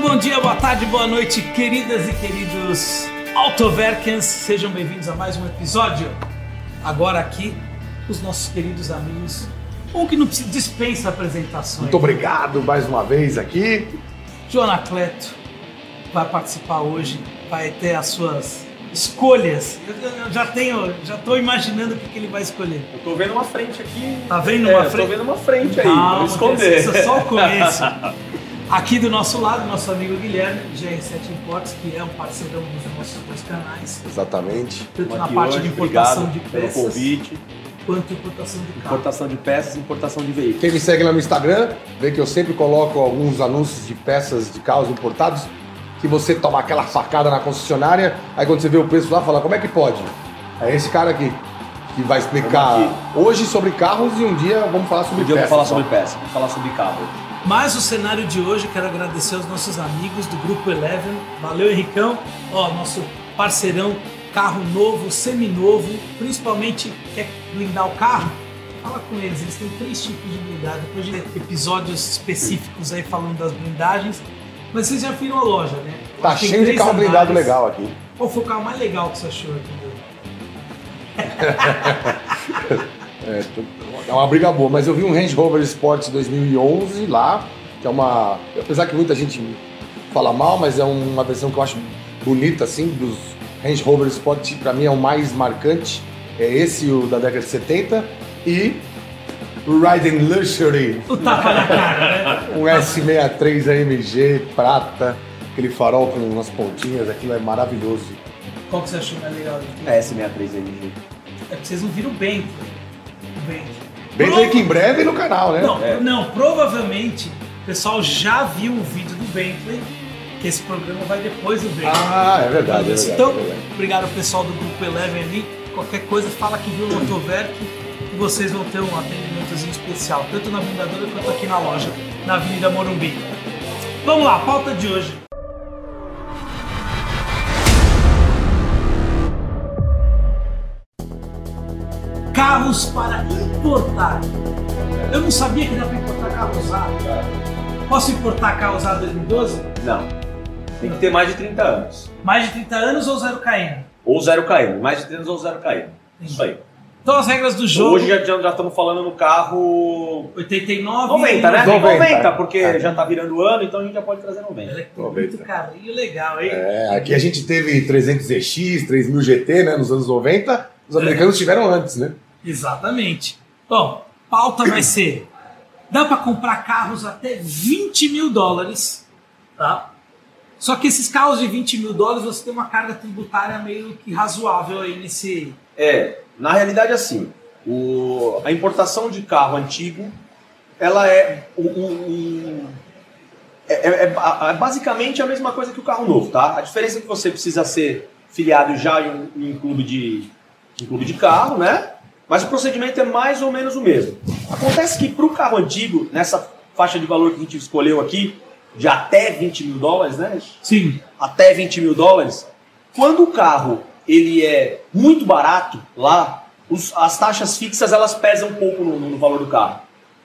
bom dia, boa tarde, boa noite, queridas e queridos Autoverkens. Sejam bem-vindos a mais um episódio. Agora aqui, os nossos queridos amigos, um que não precisa- dispensa apresentações. Muito obrigado mais uma vez aqui. Jonacleto vai participar hoje, vai ter as suas escolhas. Eu, eu- eu já tenho, já estou imaginando o que, que ele vai escolher. Eu tô vendo uma frente aqui. Tá vendo É, uma eu frente? Tô vendo uma frente aí, Calma, vou esconder. Isso é só o começo. Aqui do nosso lado, nosso amigo Guilherme, GR7 Imports, que é um parceirão dos nossos dois canais, Exatamente. tanto Estamos na aqui parte hoje, de importação obrigado de pelo peças Tá. convite, quanto importação de carro. importação de peças, importação de veículos. Quem me segue lá no Instagram vê que eu sempre coloco alguns anúncios de peças de carros importados que você toma aquela facada na concessionária, aí quando você vê o preço lá, fala como é que pode? É esse cara aqui que vai explicar Vamos hoje sobre carros e um dia vamos falar sobre Um dia eu vou peças. falar sobre peças, vou falar sobre carro. Mas o cenário de hoje, quero agradecer aos nossos amigos do Grupo Eleven. Valeu, Henricão. Ó, nosso parceirão, carro novo, seminovo, principalmente quer blindar o carro? Fala com eles, eles têm três tipos de blindagem. Depois de ter episódios específicos aí falando das blindagens. Mas vocês já viram a loja, né? Tá Tem cheio de três carro andares. blindado legal aqui. Qual foi o carro mais legal que você achou aqui? Dudu? É, tô- é uma briga boa, mas eu vi um Range Rover Sport 2011 lá, que é uma. Apesar que muita gente fala mal, mas é uma versão que eu acho bonita, assim, dos Range Rover Sport, pra mim é o mais marcante. É esse, o da década de 70. E. Riding Luxury, O tapa na cara, né? um S63 AMG prata, aquele farol com umas pontinhas, aquilo é maravilhoso. Qual que você achou mais legal? Dudu? É S63 aí, É que vocês não viram o Bentley. O Bentley. Bem Prova- é aqui em breve no canal, né? Não, É. não, provavelmente o pessoal já viu o vídeo do Bentley, que esse programa vai depois do Bentley. Ah, é verdade. É verdade, então, é verdade. obrigado ao pessoal do Grupo Eleven ali. Qualquer coisa, fala que viu o Motoverk e vocês vão ter um atendimentozinho especial, tanto na Vindadora quanto aqui na loja, na Avenida Morumbi. Vamos lá, pauta de hoje. Carros para importar. Eu não sabia que dá para importar carro usado. Posso importar carro usado 2012? Não. Tem que ter mais de 30 anos. Mais de 30 anos ou zero km? Ou zero km, mais de 30 anos ou zero km. Isso aí. Então as regras do jogo. Hoje já, já, já estamos falando no carro 89. 90, né? Tem 90, 90, porque é. já tá virando ano, então a gente já pode trazer Ela 90. é muito carrinho legal, hein? É, aqui a gente teve 300EX, 3000 GT, né, nos anos 90. Os americanos tiveram antes, né? Exatamente. Bom, pauta vai ser: dá para comprar carros até 20 mil dólares, tá? Só que esses carros de 20 mil dólares você tem uma carga tributária meio que razoável aí nesse. É, na realidade assim, o- a importação de carro antigo, ela é o- o- o- é, é- é ba- é basicamente a mesma coisa que o carro novo, tá? A diferença é que você precisa ser filiado já em um, em um clube de em um clube de carro, né? Mas o procedimento é mais ou menos o mesmo. Acontece que para o carro antigo, nessa faixa de valor que a gente escolheu aqui, de até 20 mil dólares, né? Sim. até 20 mil dólares, quando o carro ele é muito barato lá, os- as taxas fixas elas pesam um pouco no, no valor do carro.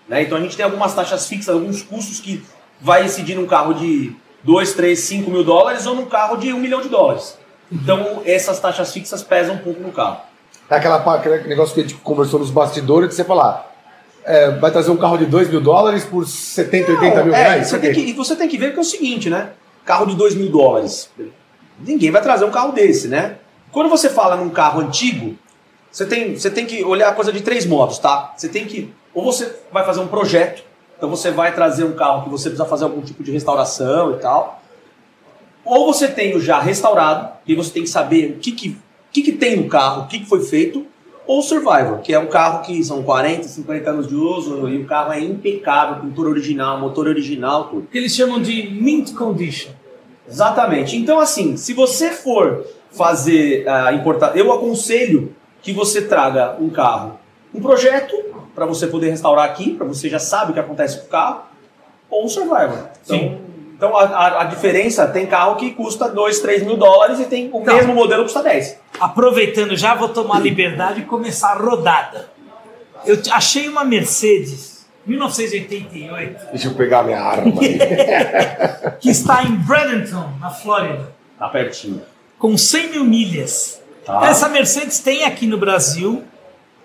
né? Então a gente tem algumas taxas fixas, alguns custos que vai incidir num carro de 2, 3, 5 mil dólares ou num carro de 1 milhão de dólares. Então essas taxas fixas pesam um pouco no carro. É aquela, pa- aquele negócio que a gente conversou nos bastidores de você falar. é, vai trazer um carro de 2 mil dólares por 70, 80 mil é, reais? Você Por quê? tem que, e você tem que ver que é o seguinte, né? Carro de 2 mil dólares. Ninguém vai trazer um carro desse, né? Quando você fala num carro antigo, você tem, você tem que olhar a coisa de três modos, tá? Você tem que. Ou você vai fazer um projeto, então você vai trazer um carro que você precisa fazer algum tipo de restauração e tal. Ou você tem o já restaurado, e você tem que saber o que, que, o que, que tem no carro, o que, que foi feito. Ou o Survivor, que é um carro que são 40, 50 anos de uso e o carro é impecável, pintura original, motor original, tudo. O que eles chamam de mint condition. Exatamente. Então, assim, se você for fazer a importar, eu aconselho que você traga um carro, um projeto para você poder restaurar aqui, para você já sabe o que acontece com o carro, ou um survivor. Então, Sim. Então a, a- a diferença tem carro que custa 2, 3 mil dólares e tem o Tá. mesmo modelo custa 10. Aproveitando já, vou tomar a liberdade e começar a rodada. Eu t- achei uma Mercedes 1988, Deixa eu pegar minha arma aí. que está em Bradenton, na Flórida, Tá pertinho. com 100 mil milhas. Tá. Essa Mercedes tem aqui no Brasil,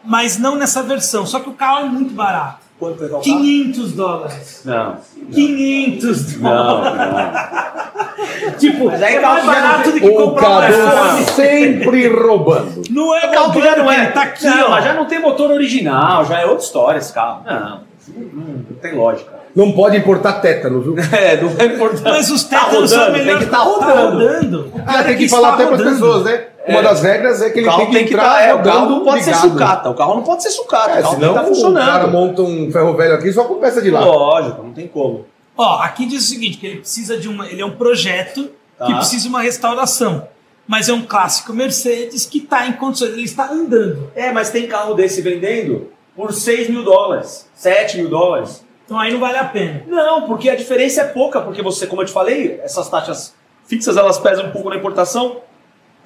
mas não nessa versão. Só que o carro é muito barato. Quanto vai calcular? 500 dólares. Tá. Não. 500 dólares. Não, não. Tipo, Mas aí é o mais carro já não barato tem- do que O comprar um Cadu iPhone. sempre roubando. Não é O carro que já não é. tá aqui, não, ó. mas já não tem motor original, já é outra história esse carro. Não, não, não tem lógica. Não pode importar tétano, viu? É, não é importante. Mas os Tá tétanos são rodando, melhores. Tem que estar rodando. rodando. O Ah, cara tem que está falar até para as rodando. pessoas, né? Uma das regras é que O ele carro tem que entrar é, o rodando, carro não pode ser ligado. sucata. O carro não pode ser sucata. o É, carro tem senão que tá o cara funcionando. monta um ferro velho aqui só com peça de lá. Lógico, não tem como. Ó, aqui diz o seguinte, que ele precisa de uma... Ele é um projeto Tá. que precisa de uma restauração. Mas é um clássico Mercedes que está em condições... Ele está andando. É, mas tem carro desse vendendo por 6 mil dólares, 7 mil dólares. Então aí não vale a pena. Não, porque a diferença é pouca, porque você, como eu te falei, essas taxas fixas elas pesam um pouco na importação.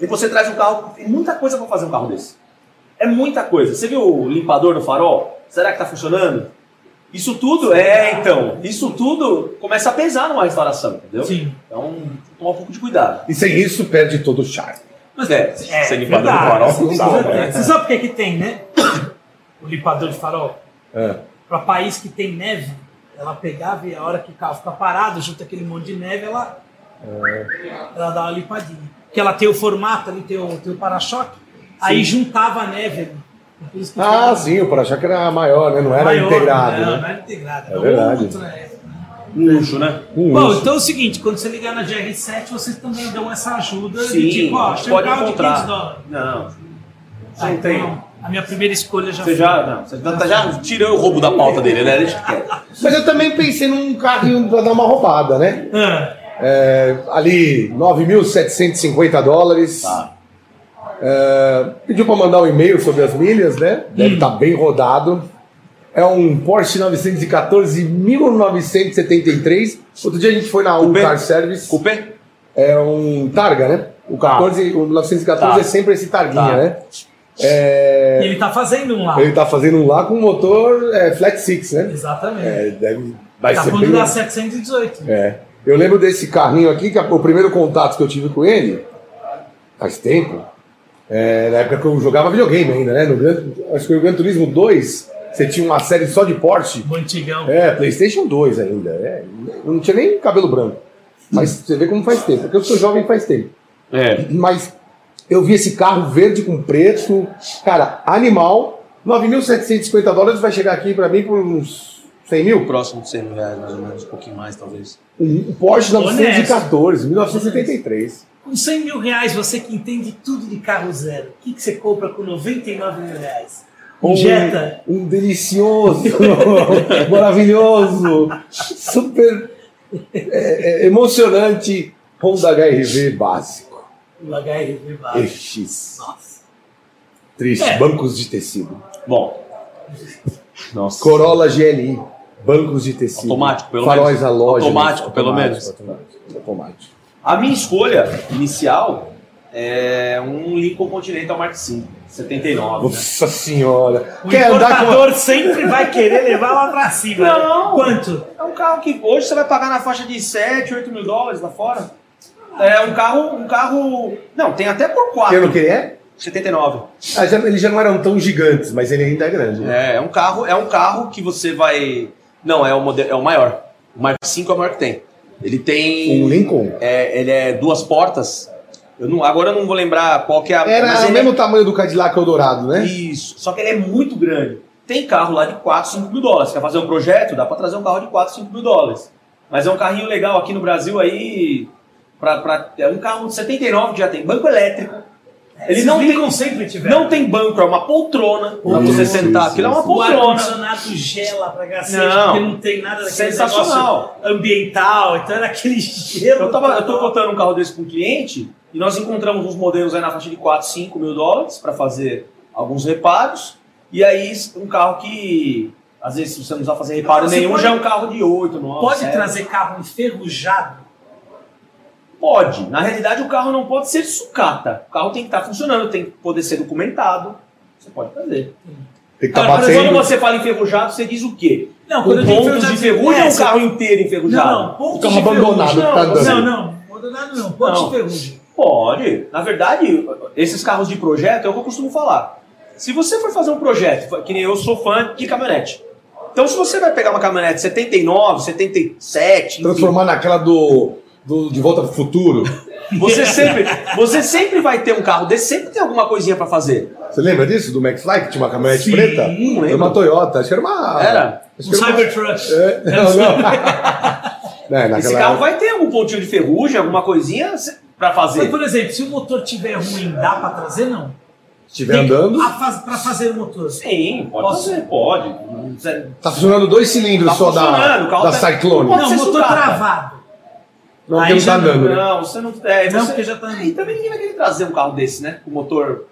E você traz um carro, tem muita coisa para fazer um carro desse. É muita coisa. Você viu o limpador do farol? Será que tá funcionando? Isso tudo é, então, isso tudo começa a pesar numa restauração, entendeu? Sim. Então, toma um pouco de cuidado. E sem isso, perde todo o charme. Mas é, É, ser limpador do verdade. farol não dá, Você- né? Você sabe por que que tem, né? O limpador de farol. É. Para país que tem neve, ela pegava e a hora que o carro fica parado, junto aquele monte de neve, ela, É. ela dá uma limpadinha. Porque ela tem o formato ali, tem o, tem o para-choque, aí juntava a neve ali. Por isso que Ah, ficava sim, o para-choque era maior, né? Não era maior, integrado, Não, né? não era integrado. É Era um verdade. outro, né? um luxo, né? Um Bom, urso. então é o seguinte, quando você ligar na GR7, vocês também dão essa ajuda Sim, de tipo, ó, achei um pode carro encontrar. de 15 dólares. Não, Ah, não tem. então, a minha primeira escolha já Você já, não, você já, tá, já tirou o roubo da pauta dele, né? Deixa quieto. Mas eu também pensei num carrinho pra dar uma roubada, né? foi. Ah. É, ali, 9.750 dólares. Tá. É, pediu pra mandar um e-mail sobre as milhas, né? Deve estar bem rodado. É um Porsche 914 1973. Outro dia a gente foi na Coupé? Car Service. Coupé? É um Targa, né? O, 14, o 914 Tá. é sempre esse Targuinha, Tá. né? E ele tá fazendo um lá. Ele tá fazendo um lá com motor é, flat six, né? Exatamente. É, deve, vai tá ser falando bem... da 718. É. Eu lembro desse carrinho aqui, que a- o primeiro contato que eu tive com ele, faz tempo, é, na época que eu jogava videogame ainda, né? No Gran- acho que o Gran Turismo 2, você tinha uma série só de Porsche. O antigão. É, Playstation 2 ainda. É, eu não tinha nem cabelo branco. Mas você vê como faz tempo, porque eu sou jovem faz tempo. É. Mas eu vi esse carro verde com preto, cara, animal, 9.750 dólares vai chegar aqui pra mim por uns 100 mil? Próximo de 100 mil reais, mais ou menos, um pouquinho mais, talvez. Um Porsche Honesto. 914, 1973. Com 100 mil reais, você que entende tudo de carro zero, o que, que você compra com 99 mil reais? Um Jetta? Um delicioso, maravilhoso, super é, é, emocionante Honda HRV básico. O HRV baixo. EX. Nossa. Triste, É. bancos de tecido. Bom. Nossa. Corolla GLI, bancos de tecido. Automático, pelo Faróis menos. halógenos. Automático, pelo menos. Automático. automático. A minha escolha inicial é um Lincoln Continental Mark V, 79. né? Nossa senhora. O Quer andar com. importador sempre vai querer levar lá pra cima. né? Não. Quanto? É um carro que hoje você vai pagar na faixa de 7, 8 mil dólares lá fora. É um carro, um carro... Não, tem até por Que ano 4. que ele é? 79. Ah, já, eles já não eram tão gigantes, mas ele ainda é grande. né? É, é um carro, é um carro que você vai... Não, é o, modelo, é o maior. O Mark V é o maior que tem. Ele tem... Um Lincoln. É, ele é duas portas. Eu não, agora eu não vou lembrar qual que é a. mas Era o ele mesmo tamanho do Cadillac Eldorado, é, né? Isso. Só que ele é muito grande. Tem carro lá de 4, 5 mil dólares. Quer fazer um projeto? Dá pra trazer um carro de 4, 5 mil dólares. Mas é um carrinho legal aqui no Brasil aí. Pra, pra- é um carro de 79 que já tem banco elétrico. Ele Esses não tem, Lincoln sempre tiver. não tem banco, é uma poltrona pra você Isso, sentar. isso, Aquilo é uma isso. O poltrona. ar-condicionado gela pra cacete, Não. porque não tem nada daquele Sensacional. negócio ambiental, então era aquele gelo. Eu, tava, eu tô botando um carro desse com um cliente e nós encontramos uns modelos aí na faixa de 4, 5 mil dólares para fazer alguns reparos. E aí, um carro que às vezes se você não precisa fazer reparo Então, Você nenhum, pode- já é um carro de 8, 9. Pode é. trazer carro enferrujado? Pode. Na realidade, o carro não pode ser sucata. O carro tem que estar funcionando, tem que poder ser documentado. Você pode fazer. Tem que estar Agora, Tá batendo. Quando você fala enferrujado, você diz o quê? Não, Com quando eu digo pontos de enferrujado, ferrugem é, ou um você carro põe- inteiro enferrujado? Não, não, pontos Carro de abandonado ferrugem. que tá Não, andando. não, abandonado não, pontos Não. de ferrugem. Pode. Na verdade, esses carros de projeto é o que eu costumo falar. Se você for fazer um projeto, que nem eu sou fã de caminhonete. Então, se você vai pegar uma caminhonete 79, 77, enfim, Transformar naquela do, do De Volta pro Futuro. você é sempre, você sempre vai ter um carro desse, sempre tem alguma coisinha pra fazer. Você lembra disso? Do McFly, que tinha uma caminhonete Sim, É preta? lembro. Era uma Toyota. Acho que era uma... Era. acho Um que era uma- Cybertruck. É, não, não. É, naquela Esse carro vai ter algum pontinho de ferrugem, alguma coisinha pra Mas, fazer. Assim, por exemplo, se o motor tiver ruim, dá pra trazer? Não. estiver andando. A faz- pra fazer o motor. Sim, pode Posso? fazer, pode. Não precisa- Tá funcionando dois cilindros Tá só da, funcionando, o carro da tá- Cyclone. Pode Não, ser motor sucata. travado. Não, Aí porque não tá já não- andando, né? Não, você não. É, Não, você- porque já tá- É, e também ninguém vai querer trazer um carro desse, né? Com motor.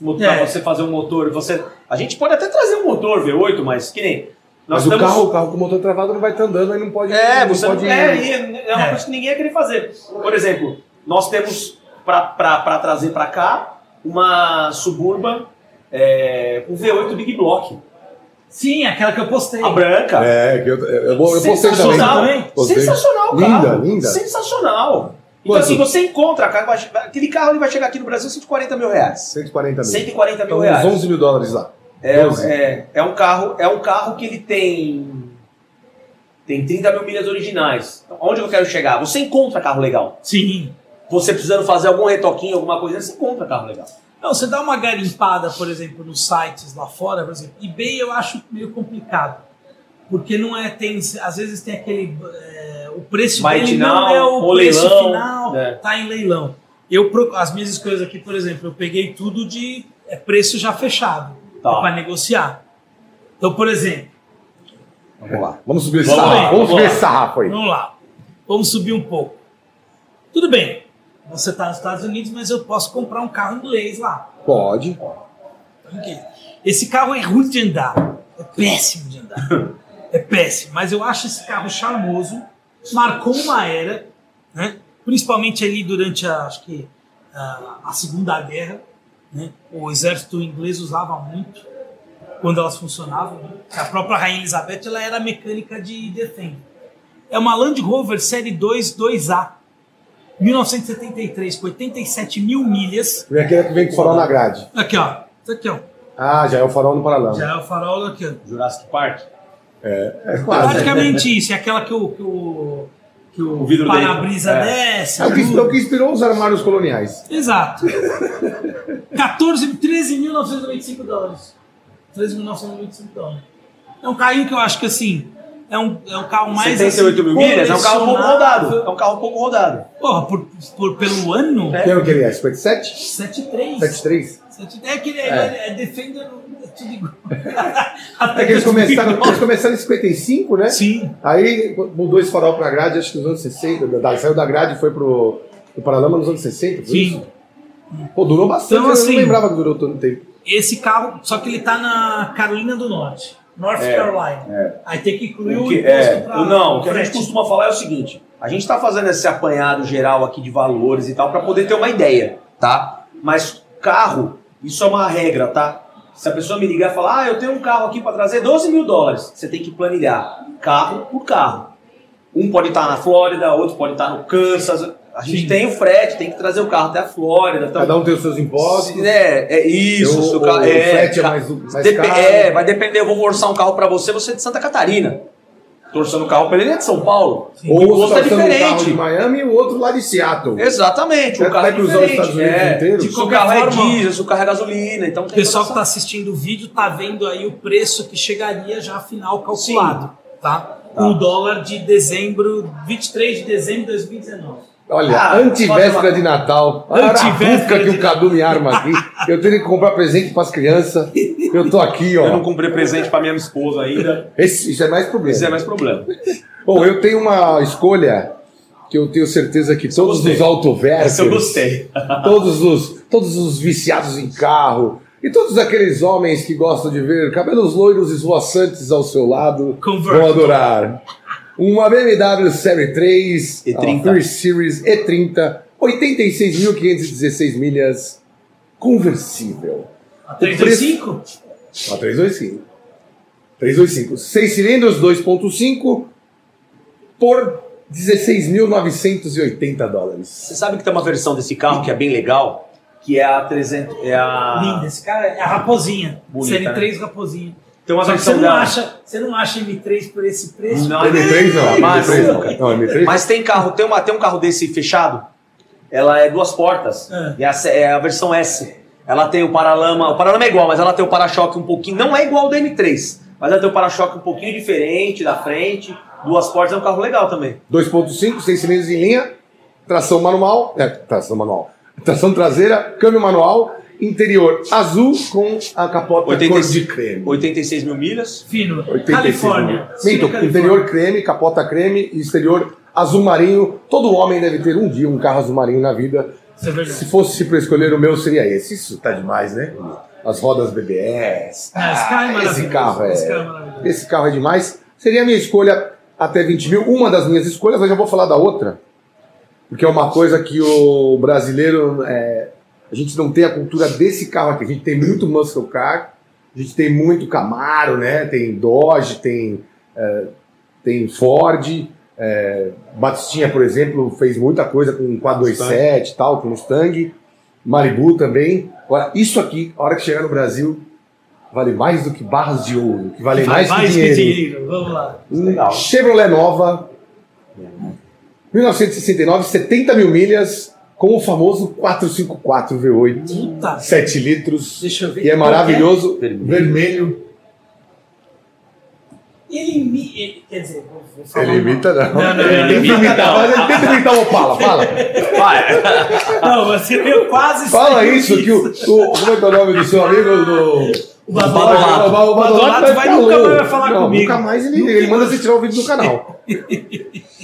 motor É. Pra você fazer um motor. Você... A gente pode até trazer um motor V8, mas que nem. Nós Mas o, estamos- carro, o carro com o motor travado não vai estar andando, aí não pode. É, não você pode. não é, e é uma É. coisa que ninguém ia querer fazer. Por exemplo, nós temos para trazer para cá uma Suburban é, com V8 Big Block. Sim, aquela que eu postei. A branca. É, que eu, eu, eu vou- eu postei também. Sensacional. Postei. Sensacional, cara. Linda, linda. Sensacional. Então, Quanto? assim, você encontra, cara, vai che- aquele carro ele vai chegar aqui no Brasil 140 mil reais. 140 mil. 140 mil Então, reais. uns 11 mil dólares lá. É, 11. é, é um carro, é um carro que ele tem tem 30 mil milhas originais. Então, onde eu quero chegar? Você encontra carro legal. Sim. Você precisando fazer algum retoquinho, alguma coisa, você encontra carro legal. Não, você dá uma garimpada, por exemplo, nos sites lá fora, por exemplo, eBay eu acho meio complicado. Porque não é, tem, às vezes tem aquele, é, o preço Buy dele it não now, é o ou preço leilão, final, né? tá em leilão. Eu, pro- as minhas escolhas aqui, por exemplo, eu peguei tudo de é, preço já fechado, Tá. para negociar. Então, por exemplo, Vamos lá. Vamos subir esse Vamos sarrafo. lá, Vamos vamos subir lá. esse sarrafo aí. Vamos lá. Vamos subir um pouco. Tudo bem. Você está nos Estados Unidos, mas eu posso comprar um carro inglês lá. Pode. Então, ok. Esse carro é ruim de andar. É péssimo de andar. É péssimo. Mas eu acho esse carro charmoso. Marcou uma era, né? principalmente ali durante a, acho que, a, a Segunda Guerra. Né? O exército inglês usava muito quando elas funcionavam. né? A própria Rainha Elizabeth ela era mecânica de defenda. É uma Land Rover Série 2 2A. 1973, com 87 mil milhas. Vem aquele que vem com farol na grade. Aqui, ó. Isso aqui, ó. Ah, já é o farol no paralama. Já é o farol aqui. ó. Jurassic Park. É quase. Praticamente isso. É aquela que o, que o, que o, O vidro para-brisa dele. desce. É o que, tudo. é o que inspirou os armários coloniais. Exato. 14, 13.995 dólares. 13.995 dólares. É um carrinho que eu acho que assim. É um, é um carro mais. 78 mil assim, milhas, é um carro pouco colecionável. rodado. É um carro pouco rodado. Porra, por, por- pelo ano? É. Que ano que ele é? 57? 7.3. 73? 7.3. É que ele é, é Defender. É tudo igual. É que eles começaram, eles começaram em 55, né? Sim. Aí mudou esse farol pra grade, acho que nos anos 60. da- da- saiu da grade e foi pro, pro Paralama nos anos 60. foi Sim. isso? Pô, durou bastante. Então, assim- eu não lembrava que durou tanto tempo. Esse carro, só que ele tá na Carolina do Norte, North É, Carolina. Aí tem que incluir o, O que- imposto é, pra. o- não, o que a gente frete. costuma falar é o seguinte: a gente está fazendo esse apanhado geral aqui de valores e tal para poder ter uma ideia, tá? Mas carro, isso é uma regra, tá? Se a pessoa me ligar e falar, ah, eu tenho um carro aqui para trazer 12 mil dólares, você tem que planilhar carro por carro. Um pode estar na Flórida, outro pode estar no Kansas. A gente Sim. tem o frete, tem que trazer o carro até a Flórida. Então, Cada um tem os seus impostos. é, é isso, Eu- seu o carro. é, frete é ca- mais- mais depe- caro. É, vai depender. Eu vou orçar um carro pra você, você é de Santa Catarina. Tô orçando o carro pra ele, ele é de São Paulo. Ou o gosto é tá usando um carro de diferente. Miami e o outro lá de Seattle. Exatamente, Será o que carro é vai cruzar os diferente. Estados Unidos é. inteiro? Se De o qualquer carro é forma, diesel, se o carro é gasolina, então O tem pessoal que está toda essa- assistindo o vídeo tá vendo aí o preço que chegaria já final calculado, tá? O dólar de dezembro, 23 de dezembro de 2019. Olha, Ah, pode antivéspera lá. de Natal. Olha a Antivéspera arapuca de que o Cadu me arma aqui. Eu tenho que comprar presente pras crianças. Eu tô aqui, Eu não ó. comprei presente pra minha esposa ainda. Esse- isso é mais Isso é problema. mais problema. Bom, eu tenho uma escolha que eu tenho certeza que todos gostei. os autoversos Essa é eu gostei. todos os, todos os viciados em carro e todos aqueles homens que gostam de ver cabelos loiros esvoaçantes ao seu lado Convert. vão adorar. Um Uma BMW Série 3, E30. a First Series E30, 86.516 milhas, Tá conversível. A 35? Uma 325. 325. 6 cilindros, 2.5 por 16.980 dólares. Você sabe que tem uma versão desse carro que é bem legal, que é a 300, é a Linda, esse cara é a raposinha. Bonita, né? CN3 raposinha. Tem uma Só que você versão não, da acha, você não acha M3 por esse preço? Não, M3 não, Mas- M3 não. Não, M3 Mas tem carro, tem uma, tem um carro desse fechado. Ela é duas portas. Ah. E essa é a versão S. Ela tem o paralama, o paralama é igual, mas ela tem o para-choque um pouquinho, não é igual ao da M3, mas ela tem o para-choque um pouquinho diferente da frente, duas portas, é um carro legal também. 2.5, 6 cilindros em linha, tração manual, é, tração manual, tração traseira, câmbio manual, interior azul com a capota cor de 86 creme. 86 mil milhas. Fino. 86 Califórnia. mil. Sim, Minto, Califórnia. interior creme, capota creme, exterior azul marinho. Todo homem deve ter um dia um carro azul marinho na vida. Isso é verdade. Se fosse para escolher o meu, seria esse. Isso tá demais, né? As rodas BBS. Ah, esse carro é maravilhoso. esse carro é. Esse carro é maravilhoso. Esse carro é demais. Seria a minha escolha até 20 mil. Uma das minhas escolhas, mas eu vou falar da outra. Porque é uma coisa que o brasileiro. é, a gente não tem a cultura desse carro aqui. A gente tem muito muscle car, a gente tem muito Camaro, né? Tem Dodge, tem, é, tem Ford. é, Batistinha, por exemplo, fez muita coisa com 427 e tal, com Mustang. Malibu também. Agora, isso aqui, a hora que chegar no Brasil, vale mais do que barras de ouro, que vale mais, Mais que dinheiro. Vamos lá. Legal. Chevrolet Nova, 1969, 70 mil milhas, com o famoso 454 V8, Puta. 7 litros, Deixa eu ver. e é maravilhoso, Vermelho. vermelho. Ele imita. Quer dizer, vou, vou falar. Ele imita não. Não, não, Ele não, tenta imita imitar, não. mas ele tenta imitar o Opala, fala. Vai. Não, você deu quase Fala saiu isso que o, o- como é que é o nome do seu amigo do... O Badolato. O Badolato, O Badolato vai ficar nunca louco. mais vai falar Não, comigo. Nunca mais ele, Nunca ele manda mais. você tirar o vídeo do canal.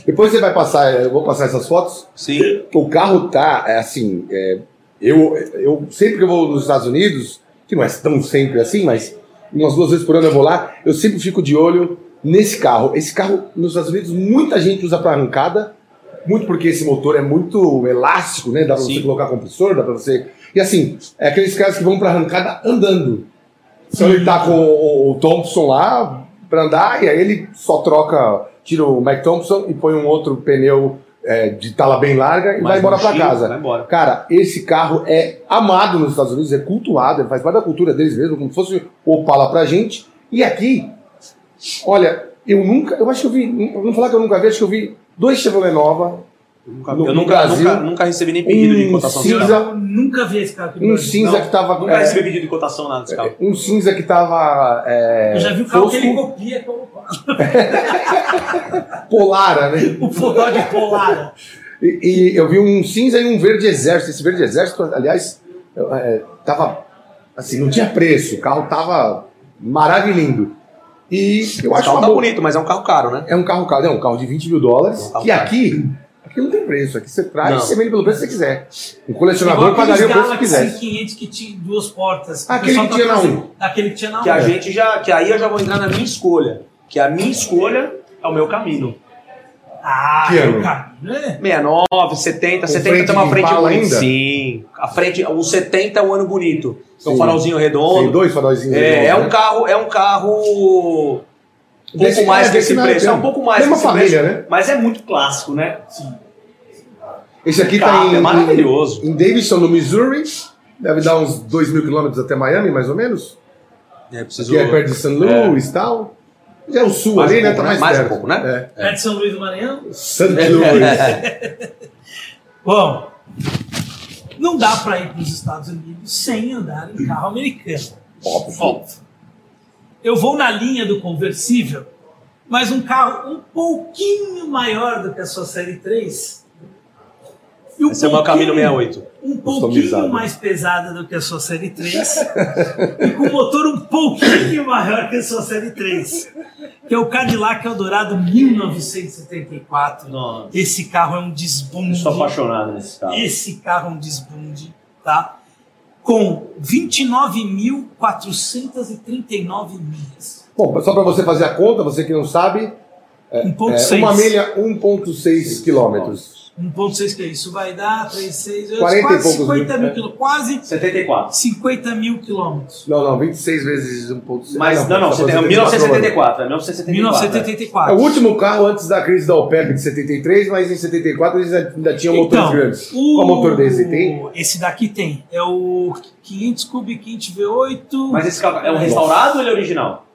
Depois você vai passar, eu vou passar essas fotos. Sim. O carro tá, é, assim, é, eu, eu sempre que eu vou nos Estados Unidos, que não é tão sempre assim, mas umas duas vezes por ano eu vou lá, eu sempre fico de olho nesse carro. Esse carro nos Estados Unidos muita gente usa para arrancada, muito porque esse motor é muito elástico, né? Dá para você Sim. colocar compressor, dá para você. E assim, é aqueles caras que vão para arrancada andando. Então ele tá com o, o Thompson lá para andar e aí ele só troca, tira o Mac Thompson e põe um outro pneu é, de tala bem larga e vai embora para casa. né? Vai embora. Cara, esse carro é amado nos Estados Unidos, é cultuado, ele faz parte da cultura deles mesmo, como se fosse o Opala pra gente. E aqui, olha, eu nunca, eu acho que eu vi, eu não vou falar que eu nunca vi, acho que eu vi dois Chevrolet Nova, Eu nunca, No eu nunca, Brasil, nunca, nunca recebi nem pedido de um cotação. cinza. desse carro. Eu nunca vi esse carro aqui no um Brasil. cinza Não, que tava. Nunca é, recebi pedido de cotação nada desse carro. um cinza que tava. é, Eu já vi o carro que fosco, ele copia com o Polara, né? forró de Polara. E, e eu vi um cinza e um verde exército. Esse verde exército, aliás, eu, é, tava assim, não tinha preço, o carro tava maravilhindo. E eu O acho carro uma tá boa- bonito, mas é um carro caro, né? É um carro caro, é um carro de 20 mil É dólares. um carro que caro. aqui, aqui não tem preço. Aqui você traz Não. e você vende pelo preço que você quiser. Um Igual colecionador aqueles pagaria o preço que Galaxy quiser. 500 que tinha duas portas. O Aquele pessoal que tinha na um. fazendo- Aquele que tinha na Que a 1. gente já. Que aí eu já vou entrar na minha escolha. Que a minha escolha é o meu caminho. Ah, Que um. ano? o caminho, né? 69, 70, Com 70 tem frente uma de frente Impala bonita. ainda? Sim. A frente, o 70 é um ano bonito. É um Sim. farolzinho Tem redondo. dois farolzinhos. É, redondos, né? é um carro, é um carro um pouco Desse- mais é, desse desse naipe, preço. É um é. pouco mais Tem uma desse família, preço, né? Mas é muito clássico, né? Esse aqui tá Carro, em, é maravilhoso. em, em Davidson, no Missouri. Deve dar uns 2 mil quilômetros até Miami, mais ou menos. É, preciso... Que é perto de St. Louis e tal. Já é o sul Mais ali, um né? pouco, Tá né? mais, Mais um perto. pouco, né? É de São Luís do Maranhão. É. St. Louis. Bom, não dá para ir para os Estados Unidos sem andar em carro americano. Óbvio. Eu vou na linha do conversível, mas um carro um pouquinho maior do que a sua série 3. E um Esse é o meu caminho pouquinho- 68. Um Customizado. pouquinho mais pesada do que a sua série 3. e com um motor um pouquinho maior que a sua série 3. Que é o Cadillac Eldorado 1974. Nossa, Esse carro é um eu desbunde. sou apaixonado nesse carro. Esse carro é um desbunde, tá? Com 29.439 milhas. Bom, só para você é, fazer a conta, você que não sabe, 1.6. é uma milha 1,6 quilômetros. 1.6 que é isso? Vai dar 36, 40 e quase poucos 50 mil mil, é. quilômetros. Quase 74. 50 mil quilômetros. Não, não, 26 vezes 1.6. Mas, não, tá não, você tem 1974, é 1974. 1974. É o último carro antes da crise da OPEP de 73, mas em 74 eles ainda tinham motores grandes. o- Qual motor desse tem? Esse daqui tem. É o 500 Cubic Inch V8. Mas esse carro é um restaurado ou ele é original?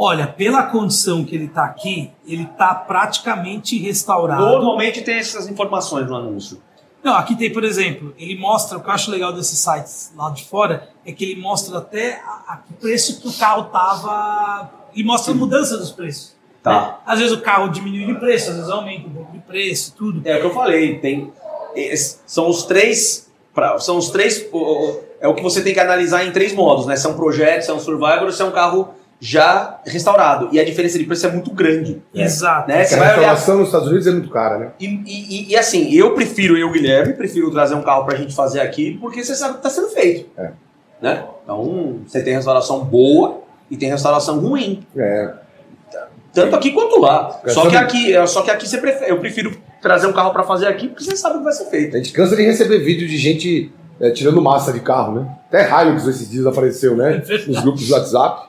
Olha, pela condição que ele está aqui, ele está praticamente restaurado. Normalmente tem essas informações no anúncio. Não, aqui tem, por exemplo, ele mostra, o que eu acho legal desses sites lá de fora, é que ele mostra até a, a que preço que o carro tava. Ele mostra a mudança dos preços. Tá. né? Às vezes o carro diminui de preço, às vezes aumenta um pouco de preço, tudo. É o que eu falei, tem. es- São os três. pra- são os três. o- o- É o que você tem que analisar em três modos, né? Se é um projeto, se é um survivor, se é um carro já restaurado. E a diferença de preço é muito grande. Exato. Né? Porque Você a vai olhar restauração nos Estados Unidos é muito cara, né? e, e- e- e assim, eu prefiro, eu, Guilherme, prefiro trazer um carro pra gente fazer aqui, porque você sabe que tá sendo feito. É. Né? Então, você tem restauração boa e tem restauração ruim. É. Tanto aqui quanto lá. É, só Só que que- aqui, é, só que aqui você prefere, eu prefiro trazer um carro pra fazer aqui, porque você sabe que vai ser feito. A gente cansa de receber vídeo de gente é, tirando massa de carro, né? Até Hilux esses dias apareceu, É né? Nos grupos de WhatsApp.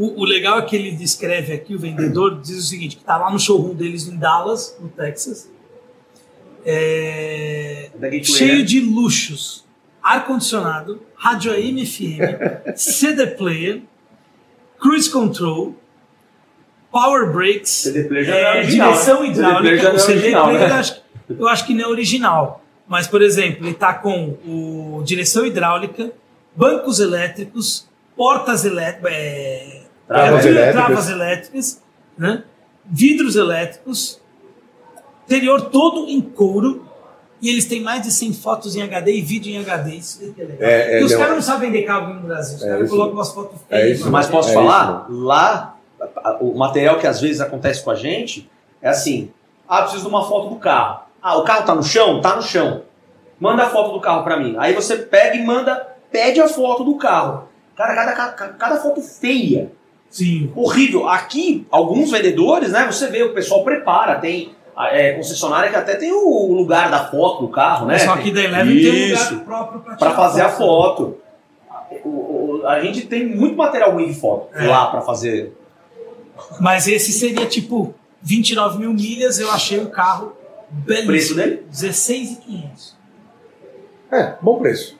O, o legal é que ele descreve aqui, o vendedor diz o seguinte, que tá lá no showroom deles em Dallas, no Texas. É, Da Gateway, cheio né? de luxos. Ar-condicionado, rádio AM FM, CD player, cruise control, power brakes, CD player já eh, não é original, direção né? CD player já hidráulica. O CD não é original, player né? eu, acho, que- eu acho que não é original. Mas, por exemplo, ele está com o direção hidráulica, bancos elétricos, portas elétricas, Travas elétricas. travas elétricas, né? vidros elétricos, interior todo em couro. E eles têm mais de 100 fotos em HD e vídeo em HD. Isso é que é legal. É, é, e os não. caras não sabem vender carro no Brasil. Os É caras isso. colocam umas fotos É feias. isso. mas- Mas posso É falar? Lá, a- a- o material que às vezes acontece com a gente é assim: ah, preciso de uma foto do carro. Ah, o carro tá no chão? Tá no chão. Manda a foto do carro pra mim. Aí você pega e manda, pede a foto do carro. Cara, cada, ca- ca- cada foto feia, Sim. horrível. Aqui, alguns vendedores, né? Você vê, o pessoal prepara, tem. ah, É, concessionária que até tem o lugar da foto do carro, né? Só Tem- que da Eleven tem um Isso. lugar próprio para para fazer a foto. O- o- a gente tem muito material ruim de foto É. lá para fazer. Mas esse seria tipo 29 mil milhas. Eu achei o carro O preço belíssimo. dele? 16,500. É, bom preço.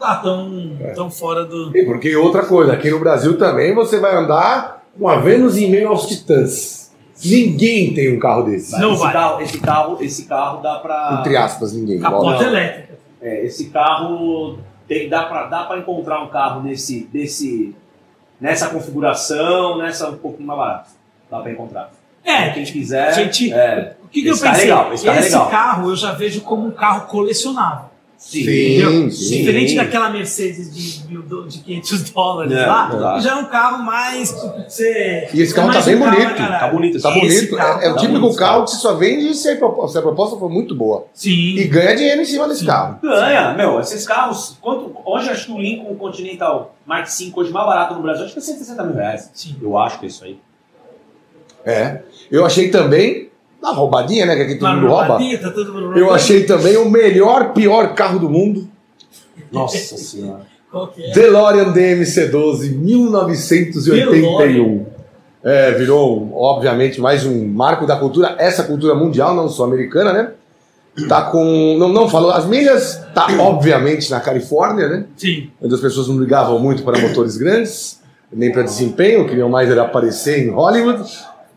Ah, tão, É. tão fora do. E porque outra coisa, aqui no Brasil também você vai andar com a Vênus em meio aos titãs. Ninguém tem um carro desse. Não esse vai. Carro, esse carro, esse carro dá para. Entre aspas, ninguém. Ah. Tá Capota Não. elétrica. esse carro tem, dá para dá para encontrar um carro nesse desse nessa configuração, nessa um pouquinho mais barato. Dá para encontrar. É, Quem quiser. Gente, é, o que, que eu Esse carro é pensei? legal, esse carro é legal. carro eu já vejo como um carro colecionável. sim. Sim, sim. Diferente daquela Mercedes de, mil do- de 500 dólares É, não dá. lá, já é um carro mais. tipo, Você, E esse carro é tá mais bem um carro bonito, pra caralho. Tá bonito, Tá esse Esse bonito. carro é é o tá típico bonito, carro cara. que se só vende se a propo- se a proposta for muito boa. E Sim. ganha dinheiro em cima desse Sim. carro. Ganha, meu, esses carros. Quanto, hoje acho que o Lincoln Continental Mark 5 hoje mais barato no Brasil, acho que é 160 mil reais. Sim. Eu acho que é isso aí. É. Eu achei também, na roubadinha, né? Que aqui todo Claro, mundo rouba. batia, tá todo- Eu achei também um o melhor, pior carro do mundo. Nossa senhora. Qual que é? DeLorean DMC-12, 1981. É, virou, obviamente, mais um marco da cultura, essa cultura mundial, não só americana, né? Tá com. Não, não falou. As milhas tá, obviamente, na Califórnia, né? Sim. Onde as pessoas não ligavam muito para motores grandes, nem para desempenho, queriam mais era aparecer em Hollywood.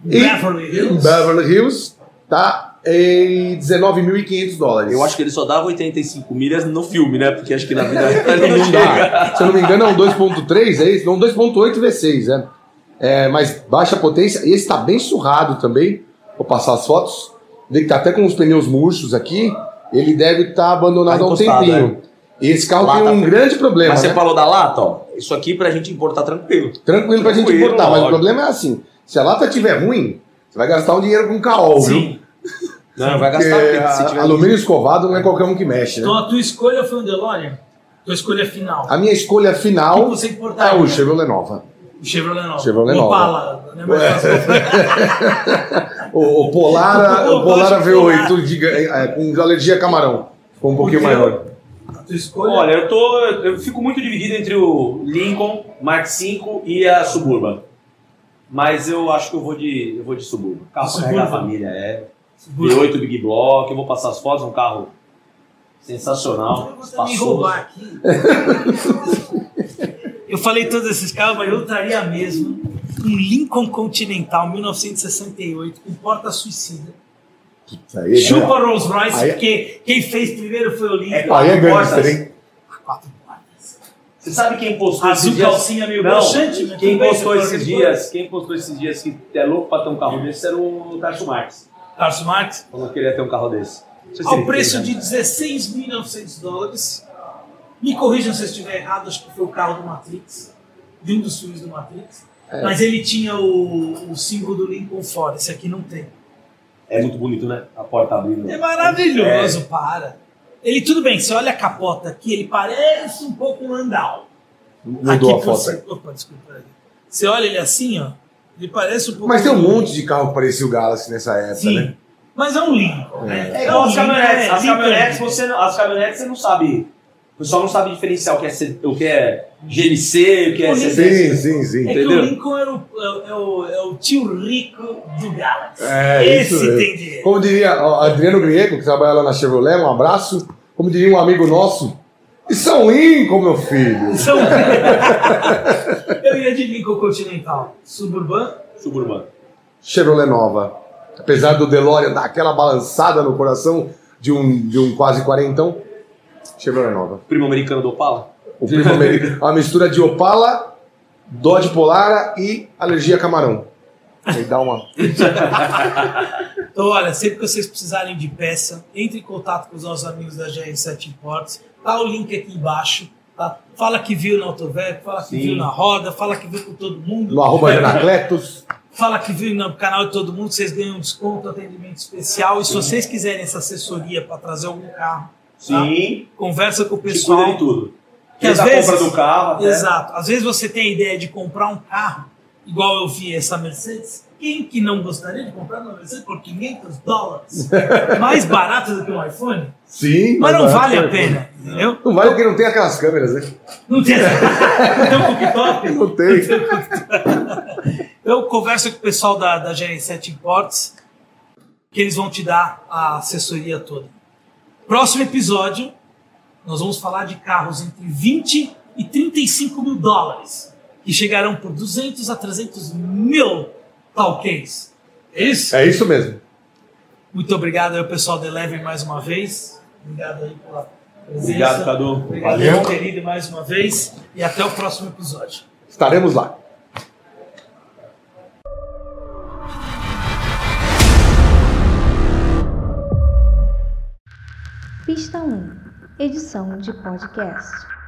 E um Beverly em Hills. Beverly Hills tá em 19.500 dólares. Eu acho que ele só dava 85 milhas no filme, né? Porque acho que na vida Então ele não não chega. dá. Se eu não me engano, é um 2.3, é isso? Não, um 2.8 V6, é. é. Mas baixa potência. E esse tá bem surrado também. Vou passar as fotos. Vê que tá até com os pneus murchos aqui. Ele deve estar abandonado Tá há um encostado, tempinho. E esse carro Lá tem tá um frio. grande problema. Mas você né? falou da lata, ó. Isso aqui pra gente importar tranquilo. Tranquilo pra gente Tranquilo, importar. Mas o lógico. problema é assim: se a lata tiver ruim, você vai gastar um dinheiro com caol, viu? Sim. Não, né? vai Porque gastar porque se É, a- tiver. alumínio escovado não é qualquer um que mexe, né? Então a tua escolha foi um DeLorean? Tua escolha final. A minha escolha O que final você importaria? é o Chevrolet Nova. É. O né? Chevrolet Nova. Chevrolet O Nova. Opala, né? Mas- O, o Polara, o O Polara Polar. V8 giga- é, com alergia a camarão. Ficou um pouquinho Porque- maior. A tua escolha. Olha, eu tô. Eu fico muito dividido entre o Lincoln, Mark V e a Suburban. Mas eu acho que eu vou de. Eu vou de Suburban. Carro pra carregar a Suburban. família, é. Suburban. V8 Big Block, eu vou passar as fotos, um carro Eu sensacional. vou até me Espaçoso. roubar aqui. Eu falei todos esses carros, mas eu traria mesmo um Lincoln Continental 1968 com porta suicida. é Aí, Chupa Rolls Royce, Aí- é- porque quem fez primeiro foi o Lincoln. É, aí é quatro gangster, portas. hein? A quatro portas. Você sabe quem Azul postou É esses dias? calcinha meio Não, broxante. né? mas quem tudo bem, postou você esses pode- dias, quem postou esses dias que é louco pra ter um carro desse era o Tarso Marques. Carlos Marques. Falou que queria ter um carro desse. Não sei se ao ele preço tem, de né? 16.900 dólares. Me corrijam se eu estiver errado, acho que foi o carro do Matrix, de um dos filmes do Matrix. É. Mas ele tinha o, o símbolo do Lincoln fora, esse aqui não tem. É muito bonito, né? A porta abrindo. É É. maravilhoso, para. Ele, tudo bem, você olha a capota aqui, ele parece um pouco um Landau. Mudou aqui a por foto aí. cima- Opa, desculpa. aí. Você olha ele assim, ó, ele parece um pouco... Mas tem um monte de carro que parecia o Galaxy nessa época, Sim, né? mas é um Lincoln, né? É igual um as Lincoln, caminhonetes. é As Lincoln. caminhonetes, você não, as caminhonetes você não sabe. O pessoal não sabe diferenciar o que é, C- o que é GNC, o que é Sim, Sim, CC. sim, sim. É Entendeu? que o Lincoln era o, é, o, é o tio rico do Galaxy. É, Esse isso mesmo. tem dinheiro. Como diria ó, Adriano Griego, que trabalha lá na Chevrolet, um abraço. Como diria um amigo nosso, e São Lincoln, meu filho. São... Eu ia de Lincoln Continental. Suburban. Suburbano. Chevrolet nova. Apesar do DeLorean dar aquela balançada no coração de um, de um quase quarentão, Chevrolet nova. Primo americano do Opala. O primo americano. A mistura de Opala, Dodge Polara e alergia a camarão. Aí dá uma... Então, olha, sempre que vocês precisarem de peça, entre em contato com os nossos amigos da GR7 Imports. Tá o link aqui embaixo. Tá? Fala que viu na Autoverb, fala que Sim. viu na roda, fala que viu com todo mundo. No arroba Anacletos. Fala que viu no canal de todo mundo, vocês ganham um desconto, atendimento especial. E se vocês quiserem essa assessoria para trazer algum carro, Sim. conversa com o Tipo Que cuida pessoal. de tudo. Que Desde às a vezes- compra do carro. até- Exato. Às vezes você tem a ideia de comprar um carro, igual eu vi essa Mercedes. Quem que não gostaria de comprar uma Mercedes por 500 dólares? Mais barato do que um iPhone? Sim. Mas não barato. vale a pena, entendeu? Não vale porque não tem aquelas câmeras, né? Não tem, não tem um cooktop? Não tem. Eu converso com o pessoal da, da GR7 Imports, que eles vão te dar a assessoria toda. Próximo episódio, nós vamos falar de carros entre 20 e 35 mil dólares, que chegarão por 200 a 300 mil talquês. É isso? É isso mesmo. Muito obrigado aí ao pessoal da Eleven mais uma vez. Obrigado aí pela presença. Obrigado, tá? Cadu. Obrigado Valeu. ao querido mais uma vez. E até o próximo episódio. Estaremos lá. Pista 1, edição de podcast.